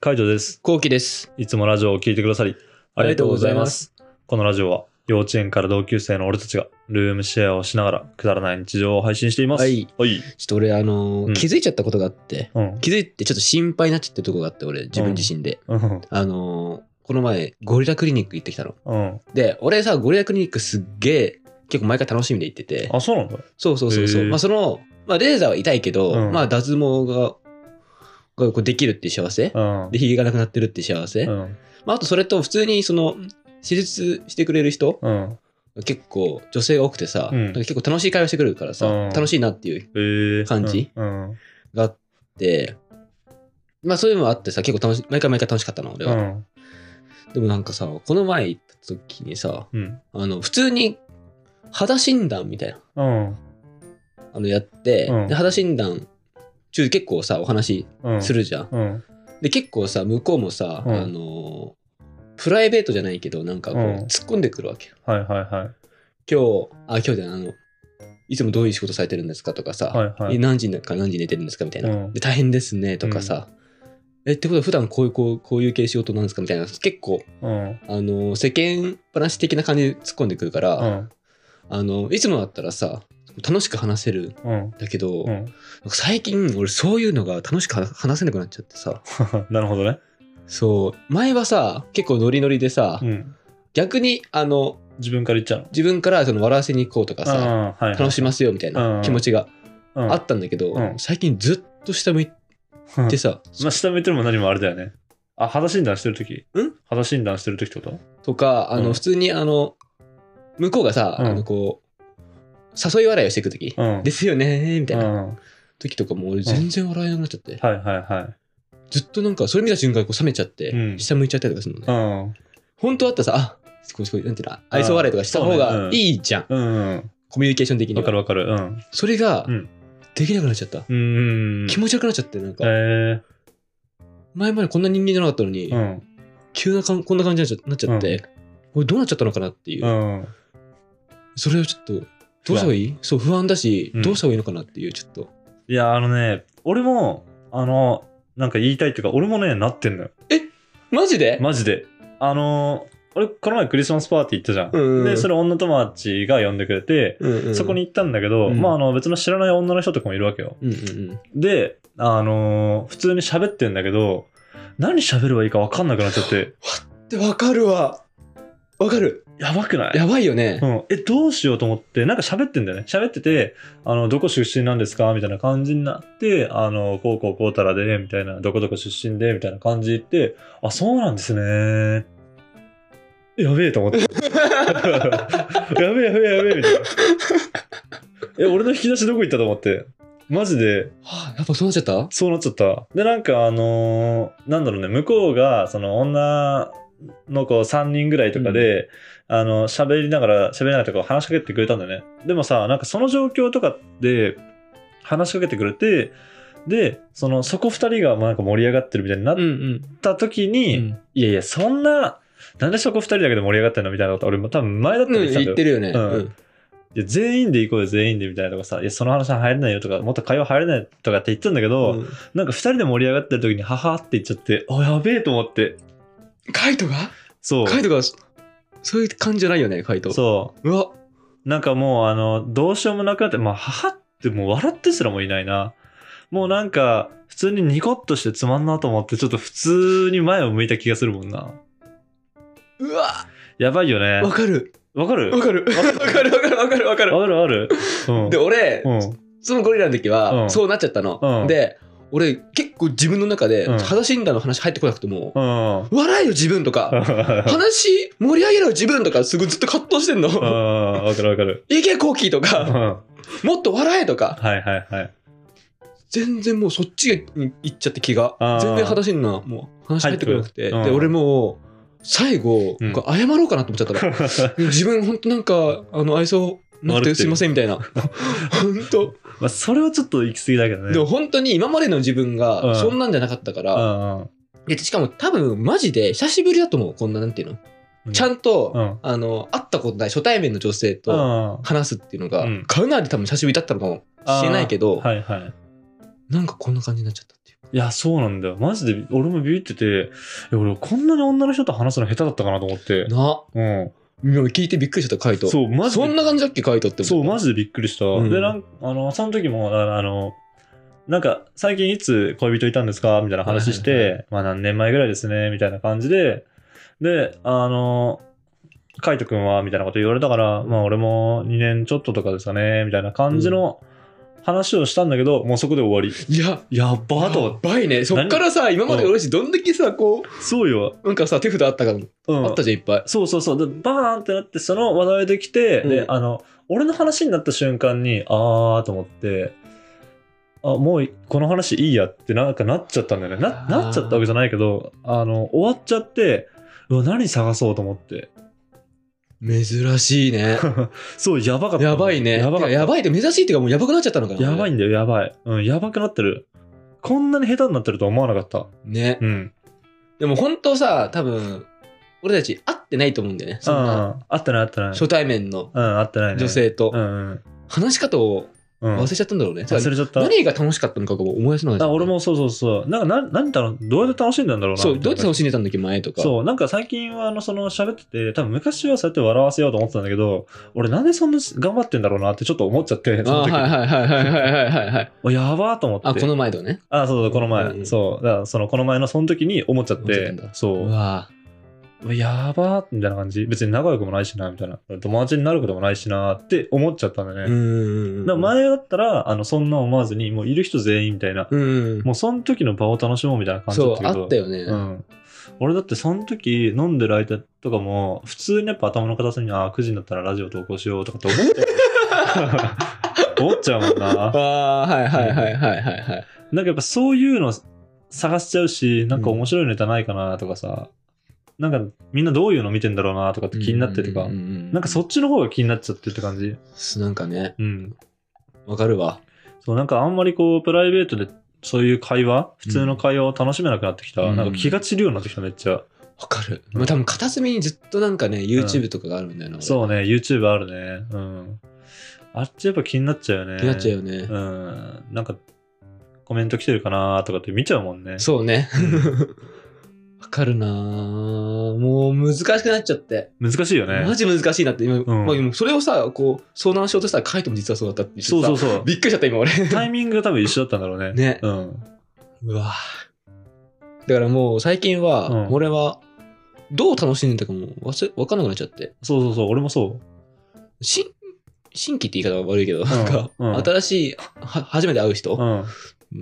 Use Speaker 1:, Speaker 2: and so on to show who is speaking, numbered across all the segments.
Speaker 1: カイトです。
Speaker 2: 後期です。
Speaker 1: いつもラジオを聞いてくださり、ありがとうございます。このラジオは、幼稚園から同級生の俺たちが、ルームシェアをしながら、くだらない日常を配信しています。
Speaker 2: はい。
Speaker 1: はい。
Speaker 2: ちょっと俺、あのー
Speaker 1: うん
Speaker 2: 気づいちゃったことがあって、
Speaker 1: うん。
Speaker 2: 気づいてちょっと心配になっちゃってるとこがあって、俺、自分自身で。
Speaker 1: うん。
Speaker 2: あのーこの前、ゴリラクリニック行ってきたの。
Speaker 1: うん。
Speaker 2: で、俺さ、ゴリラクリニックすっげえ、結構毎回楽しみで行ってて、
Speaker 1: あ、そうなんだ。
Speaker 2: そうそうそうそう。
Speaker 1: へえ
Speaker 2: まあ、その、まあ、レーザーは痛いけど、
Speaker 1: うん
Speaker 2: まあ、脱毛が、がこうできるっていう幸せ。
Speaker 1: うん。
Speaker 2: で、ヒゲがなくなってるっていう幸せ。
Speaker 1: うん。
Speaker 2: まあ、あとそれと、普通に、その、施術してくれる人、
Speaker 1: うん。
Speaker 2: 結構女性が多くてさ、
Speaker 1: うん
Speaker 2: なんか結構楽しい会話してくれるからさ、
Speaker 1: うん
Speaker 2: 楽しいなっていう
Speaker 1: えー。
Speaker 2: 感じ
Speaker 1: うん。うん。
Speaker 2: があって、まあそういうのもあってさ、結構楽し、毎回毎回楽しかったの、俺
Speaker 1: う
Speaker 2: は。
Speaker 1: ん。
Speaker 2: でもなんかさ、この前行った時にさ、
Speaker 1: うん。
Speaker 2: あの、普通に肌診断みたいな、
Speaker 1: うん。
Speaker 2: あの、やって、
Speaker 1: うん
Speaker 2: で肌診断中結構さ、お話
Speaker 1: うん。
Speaker 2: するじゃん。
Speaker 1: うん。
Speaker 2: で、結構さ、向こうもさ、
Speaker 1: うん
Speaker 2: あのー、プライベートじゃないけど、なんかこう、
Speaker 1: うん
Speaker 2: 突っ込んでくるわけよ。
Speaker 1: はいはいはい。
Speaker 2: 今日、あ、今日じゃないあの、いつもどういう仕事されてるんですかとかさ、
Speaker 1: はいはい
Speaker 2: え何時から何時に寝てるんですかみたいな、
Speaker 1: うん
Speaker 2: で大変ですねとかさ、えってことは普段こういうこうこういう系仕事なんですかみたいな結構
Speaker 1: うん。
Speaker 2: あの世間話的な感じで突っ込んでくるか
Speaker 1: う
Speaker 2: ら、
Speaker 1: ん。
Speaker 2: あのいつもだったらさ楽しく話せるん
Speaker 1: うん。
Speaker 2: だけど、
Speaker 1: う
Speaker 2: なんか
Speaker 1: ん。
Speaker 2: 最近俺そういうのが楽しく話話せなくなっちゃってさ
Speaker 1: なるほどね。
Speaker 2: そう前はさ結構ノリノリでさ、
Speaker 1: うん。
Speaker 2: 逆にあの
Speaker 1: 自分から言っちゃうの。
Speaker 2: 自分からその笑わせに行こうとかさ、
Speaker 1: ああ、はい。
Speaker 2: 楽しませようみたいな気持ちが
Speaker 1: うん。
Speaker 2: あったんだけど、
Speaker 1: うん
Speaker 2: 最近ずっと下向い
Speaker 1: うん
Speaker 2: てさ、
Speaker 1: まあ、下向いてるも何もあれだよね。あ、肌診断してるとき
Speaker 2: ん
Speaker 1: 肌診断してるときってこと
Speaker 2: とか、あ
Speaker 1: う
Speaker 2: の、
Speaker 1: ん
Speaker 2: 普通に、あの、向こうがさ、
Speaker 1: うん
Speaker 2: あの、こう、誘い笑いをしてくとき、
Speaker 1: うん。
Speaker 2: ですよねー、みたいな
Speaker 1: うん。
Speaker 2: 時とかも、俺全然笑えなくなっちゃって、
Speaker 1: はいはいはい。
Speaker 2: ずっとなんか、それ見た瞬間、こう、冷めちゃって、
Speaker 1: うん
Speaker 2: 下向いちゃったりとかするの
Speaker 1: う
Speaker 2: ね。
Speaker 1: ん。
Speaker 2: 本当だったらさ、あこうこうなんていうの、愛想笑いとかした方
Speaker 1: そうね
Speaker 2: が
Speaker 1: うん
Speaker 2: いいじゃん、
Speaker 1: うん。
Speaker 2: コミュニケーション的に
Speaker 1: わか
Speaker 2: は。
Speaker 1: るわかる。うん。
Speaker 2: それが
Speaker 1: うん、
Speaker 2: できなくなっちゃった。
Speaker 1: うん。
Speaker 2: 気持ち悪くなっちゃって、なんか、
Speaker 1: え
Speaker 2: 前までこんな人間じゃなかったのに、
Speaker 1: ー。うん。
Speaker 2: 急なかんこんな感じになっちゃなっちゃって、俺どうなっちゃったのかなっていう。
Speaker 1: うん。
Speaker 2: それをちょっと、どうした方がいいそう、不安だし、
Speaker 1: うん
Speaker 2: どうした方がいいのかなっていう、ちょっと。
Speaker 1: いや、あのね、俺も、あの、なんか言いたいっていうか、俺もね、なってんのよ。
Speaker 2: マジで、
Speaker 1: マジで。あの、俺、この前クリスマスパーティー行ったじゃん。
Speaker 2: うんうん
Speaker 1: で、それ女友達が呼んでくれて、
Speaker 2: うんうん
Speaker 1: そこに、行ったんだけど、
Speaker 2: うん
Speaker 1: まあ、あの、別の知らない女の人とかもいるわけよ。
Speaker 2: うんうん
Speaker 1: で、あのー普通に喋ってんだけど、何喋ればいいか分かんなくなっちゃ って、
Speaker 2: うん、でわかるわわかる
Speaker 1: やばくない
Speaker 2: やばいよね
Speaker 1: う、ん、え、どうしようと思って、なんか喋ってんだよね。喋ってて、あの、どこ出身なんですかみたいな感じになって、あの、こうこうこうたらで、みたいな、どこどこ出身で、みたいな感じ言って、あ、そうなんですね。やべえと 思って。やべえやべえやべえ、みたいな。え、俺の引き出しどこ行ったと思って。マジで、
Speaker 2: はあ、やっぱそうなっちゃった
Speaker 1: そうなっちゃった。で、なんかあのーなんだろうね、向こうが、その女の子3人ぐらいとかで、あの、喋りながら、喋りながらとか話しかけてくれたんだよね。でもさ、なんかその状況とかで話しかけてくれて、で、その、そこ2人がまあなんか盛り上がってるみたいになっ
Speaker 2: うんうん
Speaker 1: た時に、
Speaker 2: うん
Speaker 1: いやいや、そんな、なんでそこ2人だけで盛り上がってるのみたいなこと、俺も多分前だった
Speaker 2: うんん
Speaker 1: でしたんだ
Speaker 2: 言
Speaker 1: よ
Speaker 2: ってるよね
Speaker 1: うん
Speaker 2: うん
Speaker 1: いや全員で行こうよ、全員でみたいなとかさ、いや、その話は入れないよとか、もっと会話入れないとかって言ってたんだけど、
Speaker 2: うん
Speaker 1: なんか二人で盛り上がってる時に、ははって言っちゃって、あ、やべえと思って。
Speaker 2: カイトが
Speaker 1: そう。
Speaker 2: カイトがそそういう感じじゃないよねカイト
Speaker 1: そう
Speaker 2: わ
Speaker 1: う。なんかもう、あの、どうしようもなくなって、まあ、ははってもう笑ってすらもいないな。もうなんか、普通にニコッとしてつまんなと思って、ちょっと普通に前を向いた気がするもんな。
Speaker 2: うわ
Speaker 1: やばいよね
Speaker 2: わ。かる
Speaker 1: わかる
Speaker 2: わ
Speaker 1: わか
Speaker 2: かるわかるわかるわかるわかる
Speaker 1: るわかるうん。
Speaker 2: で俺、
Speaker 1: うん。
Speaker 2: そのゴリラの時は、
Speaker 1: うん
Speaker 2: そうなっちゃったの、
Speaker 1: うん
Speaker 2: で俺結構自分の中で、
Speaker 1: うん
Speaker 2: 肌診断の話入ってこなくても、
Speaker 1: うん。
Speaker 2: 笑えよ自分とか 話盛り上げろよ自分とかすごいずっと葛藤してんの
Speaker 1: うん。わかるわかる。
Speaker 2: いけコーキーと
Speaker 1: うん。
Speaker 2: か、
Speaker 1: は
Speaker 2: もっと笑えと
Speaker 1: い
Speaker 2: か、
Speaker 1: はい はい。
Speaker 2: 全然もうそっちに行っちゃって気が
Speaker 1: あー、
Speaker 2: 全然話にな、もう話入ってこなくて、
Speaker 1: 入ってくるうん
Speaker 2: で、俺もう、最後、
Speaker 1: うん
Speaker 2: 僕謝ろうかなと思っち ゃったの。自分本当なんか、あの、愛想なく
Speaker 1: 悪くて
Speaker 2: てすいませんみたいな。 本当。
Speaker 1: まあ、それはちょっと行き過ぎだけどね。
Speaker 2: でも本当に今までの自
Speaker 1: う
Speaker 2: 分
Speaker 1: ん
Speaker 2: がそんなんじゃなかったか
Speaker 1: う
Speaker 2: ら、
Speaker 1: んうん。
Speaker 2: でしかも多分マジで久しぶりだと思う、こんななんていう
Speaker 1: うん
Speaker 2: の。ちゃんと、
Speaker 1: うん
Speaker 2: あの、会ったことない初対面の女性
Speaker 1: う
Speaker 2: と
Speaker 1: ん。
Speaker 2: 話すっていうのが
Speaker 1: うん、
Speaker 2: かなり多分久しぶりだったのかもしれないけど、
Speaker 1: はいはい。
Speaker 2: なんかこんな感じになっちゃったっていう。
Speaker 1: いや、そうなんだよ。マジで、俺もビビってて、いや俺、こんなに女の人と話すの下手だったかなと思って。
Speaker 2: な
Speaker 1: うん。
Speaker 2: 今聞いてびっくりしちゃったカイト
Speaker 1: そう、マジ
Speaker 2: そん
Speaker 1: で、
Speaker 2: な感じだっけカイトって
Speaker 1: そう、マ
Speaker 2: ジ
Speaker 1: ジでびっくりした。
Speaker 2: うん
Speaker 1: で、なんあの、その時も、ああの、なんか、最近いつ恋人いたんですかみたいな話して、
Speaker 2: はいはい
Speaker 1: まあ何年前ぐらいですね、みたいな感じで、で、あの、カイト君はみたいなこと言われたから、まあ俺も2年ちょっととかですかね、みたいな感じの話をしたんだけど、もうそこで終わり。
Speaker 2: いや
Speaker 1: やっばーと思
Speaker 2: や
Speaker 1: って。
Speaker 2: ばいねそっからさ今まで俺しどんだけさこ
Speaker 1: そうよ。
Speaker 2: うなんかさ手札あったかも
Speaker 1: うん。
Speaker 2: あったじゃんいっぱい
Speaker 1: そうそうそう。で、バーンってなって、その話題できて、
Speaker 2: うん
Speaker 1: で、あの、俺の話になった瞬間に、あーと思って、あ、もういこの話いいやってなんかなっちゃったんだよね。な
Speaker 2: あー
Speaker 1: なっちゃったわけじゃないけど、あの、終わっちゃって、うわ、何探そうと思って。
Speaker 2: 珍し いね
Speaker 1: そう、やばかった。
Speaker 2: やばいね
Speaker 1: やばか
Speaker 2: て
Speaker 1: っ
Speaker 2: かやばいって珍しいっていうかもうやばくなっちゃったのかな
Speaker 1: た。やばいんだよ、やばい。うん、やばくなってる。こんなに下手になってるとは思わなかった。
Speaker 2: ね
Speaker 1: うん。
Speaker 2: でも本当さ多分俺たち会ってないと思うんだよね
Speaker 1: う
Speaker 2: そ
Speaker 1: ん。
Speaker 2: んな
Speaker 1: あってない、あってない。
Speaker 2: 初対面の
Speaker 1: うん、あってないね。
Speaker 2: 女。性と
Speaker 1: うんうん。
Speaker 2: 話し方を
Speaker 1: うん、
Speaker 2: 忘れちゃったんだろうね、
Speaker 1: 忘れちゃった。
Speaker 2: 何が楽しかったのかが思い出せなかった
Speaker 1: あ俺もそうそうそう。なんかな、何だろう、どうやって楽しんだんだろうな。
Speaker 2: そうどうやって楽
Speaker 1: し
Speaker 2: しんでたんだっけ前とか
Speaker 1: そう、なんか最近は、あの、その、喋ってて、多分昔はそうやって笑わせようと思ってたんだけど、俺なんでそんな頑張ってんだろうなってちょっと思っちゃって、そ
Speaker 2: あ
Speaker 1: の
Speaker 2: はい
Speaker 1: 時
Speaker 2: はいはいはいはいは いはい
Speaker 1: おやばーと思って。
Speaker 2: あこの前だね
Speaker 1: あそうそう、この前。
Speaker 2: うん
Speaker 1: そう。だから、その、この前のその時に思っちゃっ、
Speaker 2: 思っちゃってたんだ
Speaker 1: そうう。
Speaker 2: わ
Speaker 1: うわやばーみたいな感じ。別に仲良くもないしな、みたいな。友達になることもないしなーって思っちゃったんだね。
Speaker 2: う
Speaker 1: だか
Speaker 2: ん
Speaker 1: ら前だったら、あの、そんな思わずに、もういる人全員みたいな。
Speaker 2: うん
Speaker 1: もうその時の場を楽しもうみたいな感じだ
Speaker 2: そ
Speaker 1: った
Speaker 2: う
Speaker 1: けど。
Speaker 2: あったよね、
Speaker 1: うん、俺だってその時飲んでる相手とかも普通にやっぱ頭の片隅にああ9時になったらラジオ投稿しようとかって思っちゃ う思っちゃうもんな
Speaker 2: ああーはいはいはいはいはいはい
Speaker 1: なんかやっぱそういうの探しちゃうしなんか面白いネタないかなとかさ、なんかみんなどういうの見てんだろうなとかって気になってとか、
Speaker 2: な
Speaker 1: なんかそっちの方が気になっちゃってって感じ
Speaker 2: なんかね
Speaker 1: うん
Speaker 2: わかるわ
Speaker 1: そうなんかあんまりこうプライベートでそういう会話普通の会話を楽しめなくなってきた、
Speaker 2: うん
Speaker 1: なんか気が散るようになってきためっちゃ、
Speaker 2: わかる、
Speaker 1: うん
Speaker 2: まあ、多分片隅にずっとなんかね YouTube とかがあるんだよな、
Speaker 1: そうね、YouTube あるね。うん。あっちやっぱ気になっちゃうよね。
Speaker 2: 気になっちゃうよね、
Speaker 1: うん。なんか、コメント来てるかなとかって見ちゃうもんね。
Speaker 2: そうね わかるなぁもう難しくなっちゃって、
Speaker 1: 難しいよね
Speaker 2: マ。ジ難しいなって今、
Speaker 1: ん
Speaker 2: まあ、でもそれをさこう相談しようとしたらカイトも実はそうだったって言ってさ
Speaker 1: そうそうそう。
Speaker 2: びっくりしちゃった今俺
Speaker 1: タイミングが多分一緒だったんだろうね。
Speaker 2: ね
Speaker 1: うん。
Speaker 2: うわぁだからもう最近は、
Speaker 1: うん
Speaker 2: 俺はどう楽しんでたかも忘れ分かんなくなっちゃって
Speaker 1: そうそうそう、俺もそう。
Speaker 2: 新新規って言い方は悪いけど、なんか、
Speaker 1: うん
Speaker 2: 新しいは初めて会う人、
Speaker 1: うん。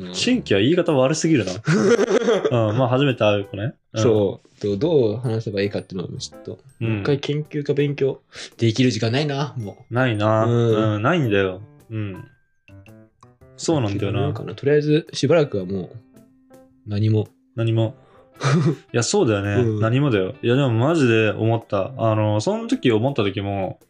Speaker 2: うん
Speaker 1: 新規は言い方悪すぎ るな。うん。まあ、初めて会う子ね。ん
Speaker 2: そう。とどう話せばいいかっていうのをちょっと、
Speaker 1: う
Speaker 2: もう一
Speaker 1: ん。
Speaker 2: 回研究か勉強できる時間ないな、も
Speaker 1: ないな。
Speaker 2: うん
Speaker 1: うん。ないんだよ。うん。
Speaker 2: う。
Speaker 1: そうなんだよ
Speaker 2: ど
Speaker 1: な
Speaker 2: う。かとりあえず、しばらくはもう、何も。
Speaker 1: 何 も。いや、そうだよね。
Speaker 2: うん
Speaker 1: 何もだよ。いや、でもマジで思った。あの、その時思った時も、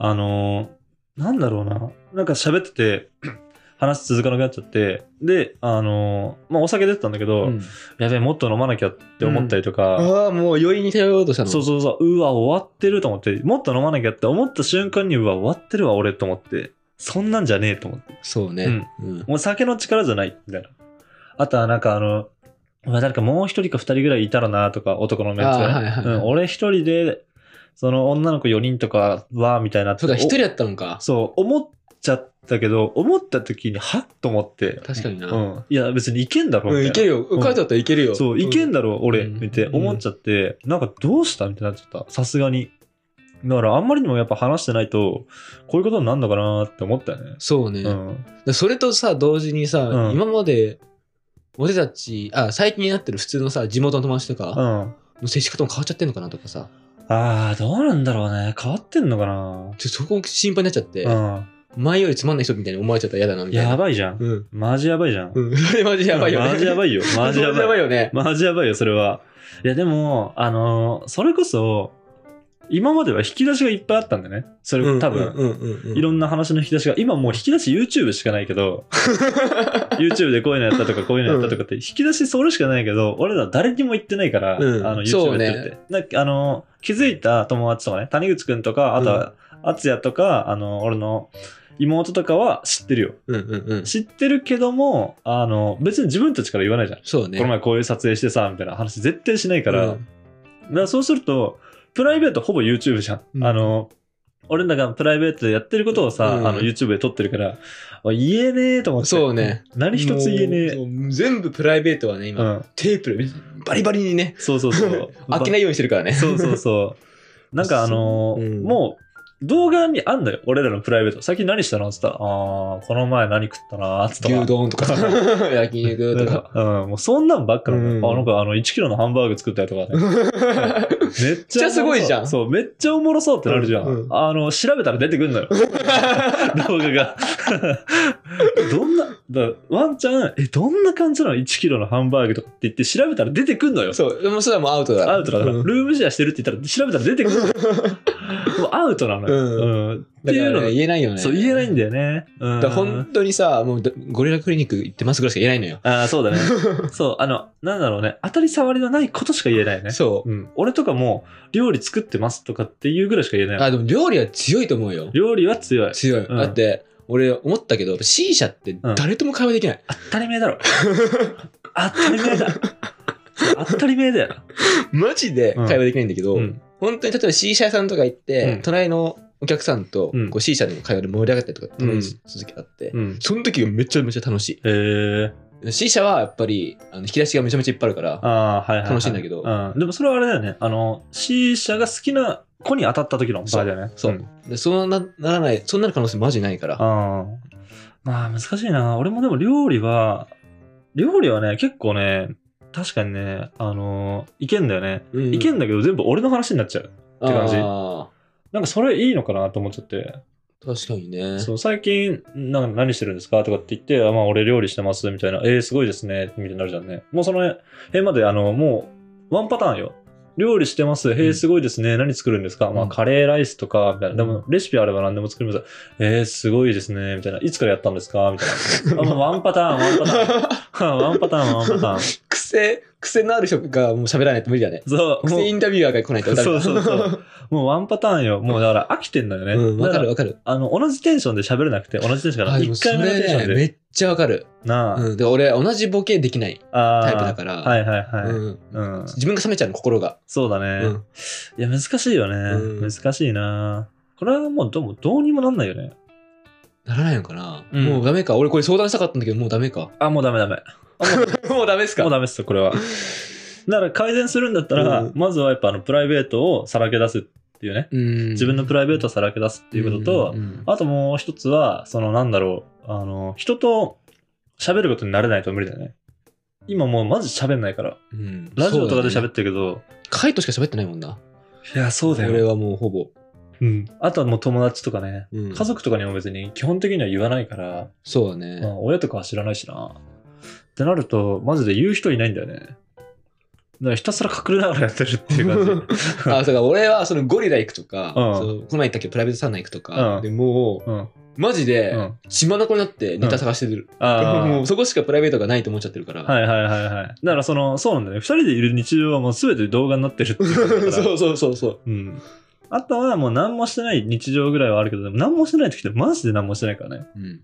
Speaker 1: あの、なんだろうな。なんか喋ってて、 話続かなくなっちゃって、で、あの、まあ、お酒出てたんだけど、
Speaker 2: うん
Speaker 1: やべえ、もっと飲まなきゃって思ったりとか、
Speaker 2: ああ、もう余韻に頼ろうとしたの。
Speaker 1: そうそうそう、うわ、終わってると思って、もっと飲まなきゃって思った瞬間に、うわ、終わってるわ、俺と思って、そんなんじゃねえと思って。
Speaker 2: そうね。うん
Speaker 1: もう酒の力じゃない、みたいな。あとはなんかあの、まあ、誰かもう一人か二人ぐらいいたらなとか、男のメンツがね、
Speaker 2: あーはいはいはい
Speaker 1: うん。俺一人で、その女の子4人とかは、みたいな。
Speaker 2: そうだ、一人
Speaker 1: お
Speaker 2: だったのか。
Speaker 1: そう、思っちゃったけど、思った時に、はっと思って。
Speaker 2: 確かにな
Speaker 1: うん。いや、別にいけんだろ、
Speaker 2: うん、い
Speaker 1: みた
Speaker 2: け
Speaker 1: い
Speaker 2: る
Speaker 1: な。
Speaker 2: よ。カイトだったらいけるよ。
Speaker 1: そう、いけん
Speaker 2: だ。
Speaker 1: だろ、俺、
Speaker 2: うん
Speaker 1: 見て、思っちゃって、なんかどうしたみたいになっちゃった。さすがに。だから、あんまりにもやっぱ話してないと、こういうことになるのかなって思ったよね。
Speaker 2: そう
Speaker 1: う
Speaker 2: ね。
Speaker 1: ん。
Speaker 2: それとさ、同時に
Speaker 1: う
Speaker 2: さ
Speaker 1: ん、
Speaker 2: 今まで、俺たち、あ、最近になってる普通のさ、地元の友達と
Speaker 1: う
Speaker 2: か、
Speaker 1: ん。
Speaker 2: の接し方も変わっちゃってんのかなとかさ、
Speaker 1: ああ、どうなんだろうね。変わってんのかな
Speaker 2: ちょそこ心配になっちゃって、
Speaker 1: う
Speaker 2: 前よりつまんない人みたいに思われちゃったら嫌だな、み
Speaker 1: ん。
Speaker 2: たいな。
Speaker 1: やばいじゃん。
Speaker 2: うん。
Speaker 1: マジやばいじゃん。
Speaker 2: うん。 それマジやばいよね。
Speaker 1: マジやばい よ。マジやばい。
Speaker 2: よね。
Speaker 1: マジやばいよ、それは。いや、でも、あのーそれこそ、今までは引き出しがいっぱいあったんだよね。それ、多分、
Speaker 2: うんうんうん。
Speaker 1: いろんな話の引き出しが、今もう引き出し YouTube しかないけ ど、YouTube でこういうのやったとか、こういうのやったとかって、引き出しそれしかないけど、俺ら誰にも言ってないから、
Speaker 2: うん
Speaker 1: あの、
Speaker 2: そう
Speaker 1: YouTube
Speaker 2: ね
Speaker 1: やってるって。なんかあの、気づいた友達とかね、谷口くんとか、あとは、敦也とか、あの、俺の妹とかは知ってるよ。
Speaker 2: うんうんうん。
Speaker 1: 知ってるけども、あの、別に自分たちから言わないじゃん。
Speaker 2: そうね。
Speaker 1: この前こういう撮影してさ、みたいな話絶対しないから、
Speaker 2: う
Speaker 1: だ
Speaker 2: ん
Speaker 1: からそうすると、プライベートほぼ YouTube じゃん。
Speaker 2: うん
Speaker 1: あの、俺らがプライベートでやってることをさ、
Speaker 2: うん
Speaker 1: あの YouTube で撮ってるから、あ言えねえと思って。
Speaker 2: そうね。
Speaker 1: 何一つ言えねえ。
Speaker 2: もうそう全部プライベートはね、
Speaker 1: う
Speaker 2: 今、
Speaker 1: ん。
Speaker 2: テープでバリバリにね、
Speaker 1: そうそう そう。
Speaker 2: 開けないようにしてるからね。
Speaker 1: そうそう そう。なんかあのー
Speaker 2: うん
Speaker 1: もう動画にあんだよ、俺らのプライベート。最近何したのって言ったら、あーこの前何食ったなーって言
Speaker 2: 牛
Speaker 1: ったら。
Speaker 2: 丼と か、焼肉とか。
Speaker 1: うん、もうそんなんばっかなの、
Speaker 2: うん
Speaker 1: あなんかあの1キロのハンバーグ作ったりとかね めっちゃおもろそう
Speaker 2: めっちゃすごいじゃん
Speaker 1: そうめっちゃおもろそうってなるじゃん、
Speaker 2: うんうん
Speaker 1: あの調べたら出てくん のよ動画が どんなだワンちゃんえどんな感じなの1キロのハンバーグとかって言って調べたら出てくんのよ
Speaker 2: そう、でもそれはもうアウトだから。
Speaker 1: アウトだから、
Speaker 2: うん
Speaker 1: ルームシェアしてるって言ったら調べたら出てくる もうアウトなのよ、
Speaker 2: う
Speaker 1: うんって
Speaker 2: だか
Speaker 1: いうの
Speaker 2: らね言えないよね。
Speaker 1: そう言えないん
Speaker 2: だ
Speaker 1: だよね、うん、
Speaker 2: から本当にさ、もうどゴリラクリニック行ってますぐらいしか言えないのよ。
Speaker 1: ああそう だねそうあのなんだろうね当たり障りのないことしか言えないよね
Speaker 2: そう。
Speaker 1: うん、俺とかも料理作ってますとかっていうぐらいしか言えない
Speaker 2: あ、でも料理は強いと思うよ。
Speaker 1: 料理は強い
Speaker 2: 強い。
Speaker 1: うん
Speaker 2: だって、俺思ったけど、やっぱ C 社って誰とも会話で きない。
Speaker 1: 当たり前 だろ当たり前だそう当たり前だよ、
Speaker 2: マジで会話できないんだけど、
Speaker 1: うん、
Speaker 2: 本当に例えば C 社さんとか行って、
Speaker 1: うん
Speaker 2: 隣のお客さんと
Speaker 1: うん
Speaker 2: こう C 社での会話で盛り上がったりとかたま
Speaker 1: う
Speaker 2: に
Speaker 1: ん
Speaker 2: する時があって、
Speaker 1: うん、
Speaker 2: その時がめちゃめちゃ楽し
Speaker 1: えー、
Speaker 2: い。C 社はやっぱりあの引き出しがめちゃめちゃいっぱいあるから、
Speaker 1: ああ、はいはい、は
Speaker 2: 楽しいんだけど
Speaker 1: うん。でもそれはあれだよね。あの、C 社が好きな子に当たった時の場合だよね。
Speaker 2: そう。
Speaker 1: ん
Speaker 2: でそうなならない、そうなる可能性マジないから。
Speaker 1: あーまあ、難しいな。俺もでも料理は、料理はね、結構ね、確かにね、あのいけんだよね。
Speaker 2: うん
Speaker 1: いけんだけど、全部俺の話になっちゃう。
Speaker 2: って
Speaker 1: 感じ
Speaker 2: あ
Speaker 1: なんかそれいいのかなと思っちゃって。
Speaker 2: ー確かにね。
Speaker 1: そう最近なんか何してるんですかとかって言って、あまあ、俺料理してますみたいな、えー、すごいですね、みたいになるじゃんね。もうその辺まで、あの、もう、ワンパターンよ。料理してます、へ
Speaker 2: う
Speaker 1: ー、
Speaker 2: ん
Speaker 1: すごいですね、何作るんですか、ま
Speaker 2: う
Speaker 1: あ、
Speaker 2: ん
Speaker 1: カレーライスとか、みたいな。で
Speaker 2: うん
Speaker 1: も、レシピあれば何でも作ります。えー、すごいですね、みたいな。いつからやったんですかみたいな。あ、もうワンパターン、ワンパターン。 ワンパターン、ワンパターン。
Speaker 2: 癖、癖のある人がもう喋らないと無理だね。
Speaker 1: そう、も
Speaker 2: 癖インタビュアーが来ないと
Speaker 1: う、
Speaker 2: ダメ
Speaker 1: そ
Speaker 2: だ
Speaker 1: うそうそう。もうワンパターンよ。もうだから飽きてんのよね。
Speaker 2: うん、わか
Speaker 1: だ
Speaker 2: る
Speaker 1: ら
Speaker 2: わかる。
Speaker 1: あの、同じテンションで喋れなくて、同じテンションから、
Speaker 2: あでも
Speaker 1: 1回目の
Speaker 2: それ
Speaker 1: テンション
Speaker 2: ね
Speaker 1: で。
Speaker 2: めっちゃわかる。
Speaker 1: なあ。
Speaker 2: うん、で俺、同じボケできない
Speaker 1: あー
Speaker 2: タイプだから、
Speaker 1: はいはいはい、うん
Speaker 2: うん、自分が冷めちゃうの、心が。
Speaker 1: そうだ
Speaker 2: う
Speaker 1: ね、
Speaker 2: ん、
Speaker 1: いや難しいよね、
Speaker 2: うん
Speaker 1: 難しいなこれはもうどうもどうにもなんないよね
Speaker 2: ならないのかな、
Speaker 1: うん
Speaker 2: もうダメか。俺、これ相談したかったんだけど、もうダメか。
Speaker 1: あもうダメダメ
Speaker 2: もうダメですか
Speaker 1: もうダメっすよこれ はだから改善するんだったら、
Speaker 2: うん
Speaker 1: まずはやっぱあのプライベートをさらけ出すっていうね、
Speaker 2: うん、
Speaker 1: 自分のプライベートをさらけ出すっていうことと、
Speaker 2: うんうん
Speaker 1: あともう一つはそのなんだろうあの人と喋ることになれないと無理だよね今もうマジ喋んないから
Speaker 2: うん
Speaker 1: ラジオとかで
Speaker 2: そう
Speaker 1: 喋
Speaker 2: だね
Speaker 1: ってるけど、
Speaker 2: カイトしか喋ってないもんな。
Speaker 1: いやそうだ
Speaker 2: 俺
Speaker 1: よ、
Speaker 2: はもうほぼ。
Speaker 1: うん、あとはもう友達とかね
Speaker 2: うん
Speaker 1: 家族とかにも別に基本的には言わないから、
Speaker 2: そう
Speaker 1: ま
Speaker 2: だね。
Speaker 1: あ、親とかは知らないしな。ってなると、マジで言う人いないんだよね。だからひたすら隠れながらやってるっていう感 じ。
Speaker 2: あ、そうか、俺はそのゴリラ行くとか、
Speaker 1: うん
Speaker 2: そうこの前行ったけどプライベートサウナ行くとか、
Speaker 1: うん
Speaker 2: でも
Speaker 1: うん。うん。
Speaker 2: う、マジで、
Speaker 1: あ
Speaker 2: 血まなこになってネタ探してる。
Speaker 1: あ
Speaker 2: も う
Speaker 1: ー。
Speaker 2: そこしかプライベートがないと思っちゃってるから。
Speaker 1: はいはいはいはい。だからその、そうなんだよね。二人でいる日常はもう全て動画になってるっていう感じだから。
Speaker 2: そうそうそうそ
Speaker 1: う
Speaker 2: う。
Speaker 1: ん。あとはもう何もしてない日常ぐらいはあるけど、でも何もしてない時ってマジで何もしてないからね。
Speaker 2: うん、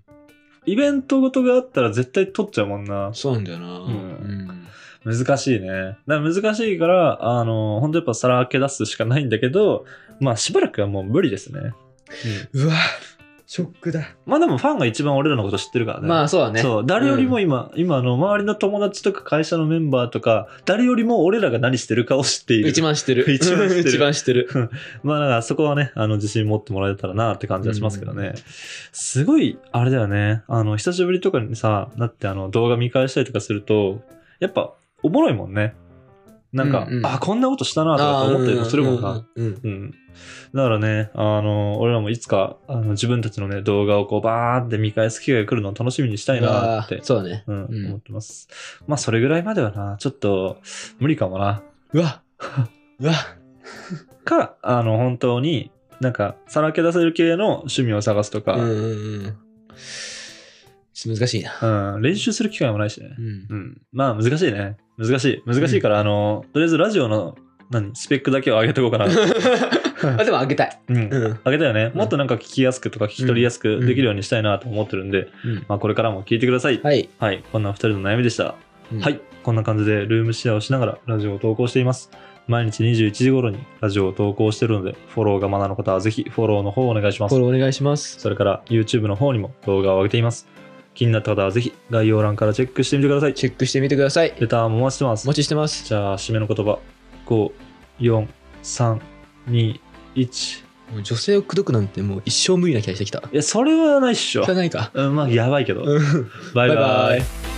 Speaker 1: イベントごとがあったら絶対撮っちゃうもんな。
Speaker 2: そうなんだよな。
Speaker 1: ん難しいね。だから難しいから、あの、本当やっぱさらけ出すしかないんだけど、まあしばらくはもう無理ですね。
Speaker 2: うわ、ショックだ。
Speaker 1: まあでもファンが一番俺らのこと知ってるからね。
Speaker 2: まあそうだね。
Speaker 1: そう、誰よりも今、今あの周りの友達とか会社のメンバーとか、誰よりも俺らが何してるかを知っている。
Speaker 2: 一番知って る。
Speaker 1: 一番知ってる
Speaker 2: 一番知ってる。
Speaker 1: まあだからそこはね、あの自信持ってもらえたらなって感じはしますけどね。
Speaker 2: うん
Speaker 1: すごい、あれだよね。あの、久しぶりとかにさ、だってあの動画見返したりとかすると、やっぱおもろいもんね。なんか、
Speaker 2: うんうん
Speaker 1: あ、こんなことしたなとかって思ったりもするもんな。
Speaker 2: うんうん
Speaker 1: うん。だからね、あの、俺らもいつか、あの、自分たちのね、動画をこう、バーって見返す機会が来るのを楽しみにしたいなって
Speaker 2: うわ、そうだね。
Speaker 1: うん、
Speaker 2: うん
Speaker 1: 思ってます。まあ、それぐらいまではな、ちょっと、無理かもな。
Speaker 2: うわ、うわ、
Speaker 1: か、あの、本当に、なんか、さらけ出せる系の趣味を探すとか、
Speaker 2: うん
Speaker 1: う
Speaker 2: うんうん。ちょっと難しいな。
Speaker 1: ん、練習する機会もないしね
Speaker 2: う。ん
Speaker 1: うん。まあ、難しいね。難しい。難しいから、あの、とりあえずラジオの何スペックだけを上げておこうかな。
Speaker 2: あでもあげたい。
Speaker 1: うん。
Speaker 2: うん。
Speaker 1: 上げたよね。
Speaker 2: うん
Speaker 1: もっとなんか聞きやすくとか聞き取りやすくできるようにしたいなと思ってるんで、
Speaker 2: うん
Speaker 1: まあこれからも聞いてください。
Speaker 2: はい。
Speaker 1: はい、こんなお二人の悩みでした。
Speaker 2: うん
Speaker 1: はい、こんな感じでルームシェアをしながらラジオを投稿しています。毎日21時頃にラジオを投稿してるので、フォローがまだの方はぜひフォローの方をお願いしま
Speaker 2: フォ
Speaker 1: す。
Speaker 2: ローお願いします。
Speaker 1: それから YouTube の方にも動画を上げています。気になった方はぜひ概要欄からチェックしてみてください。
Speaker 2: チェックしてみてください。
Speaker 1: レターもお待ちしてま
Speaker 2: お
Speaker 1: す。
Speaker 2: 待ちしてます。
Speaker 1: じゃあ、締めの言葉。5、4、3、2、1。
Speaker 2: もう女性を口説くなんてもう一生無理な気がしてきた。
Speaker 1: いや、それはないっしょ
Speaker 2: それ。はないか。
Speaker 1: うん、まあ、やばいけど。
Speaker 2: うん
Speaker 1: バイバイ。
Speaker 2: バイバイ